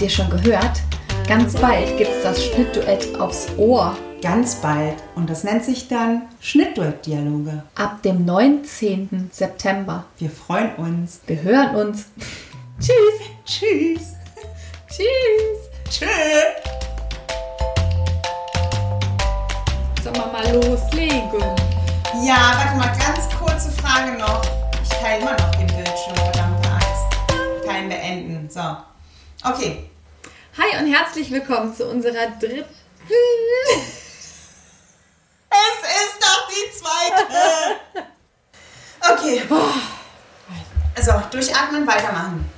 ihr schon gehört? Ganz bald gibt's das Schnittduett aufs Ohr. Ganz bald. Und das nennt sich dann Schnittduett-Dialoge. Ab dem 19. September. Wir freuen uns. Wir hören uns. Tschüss. Tschüss. Tschüss. Tschüss. Sollen wir mal loslegen? Ja, warte mal, ganz kurze Frage noch. Ich teile immer noch den Bildschirm, verdammte Angst. Teilen beenden. So. Okay. Hi und herzlich willkommen zu unserer dritten. Es ist doch die zweite. Okay. So, Also, durchatmen, weitermachen.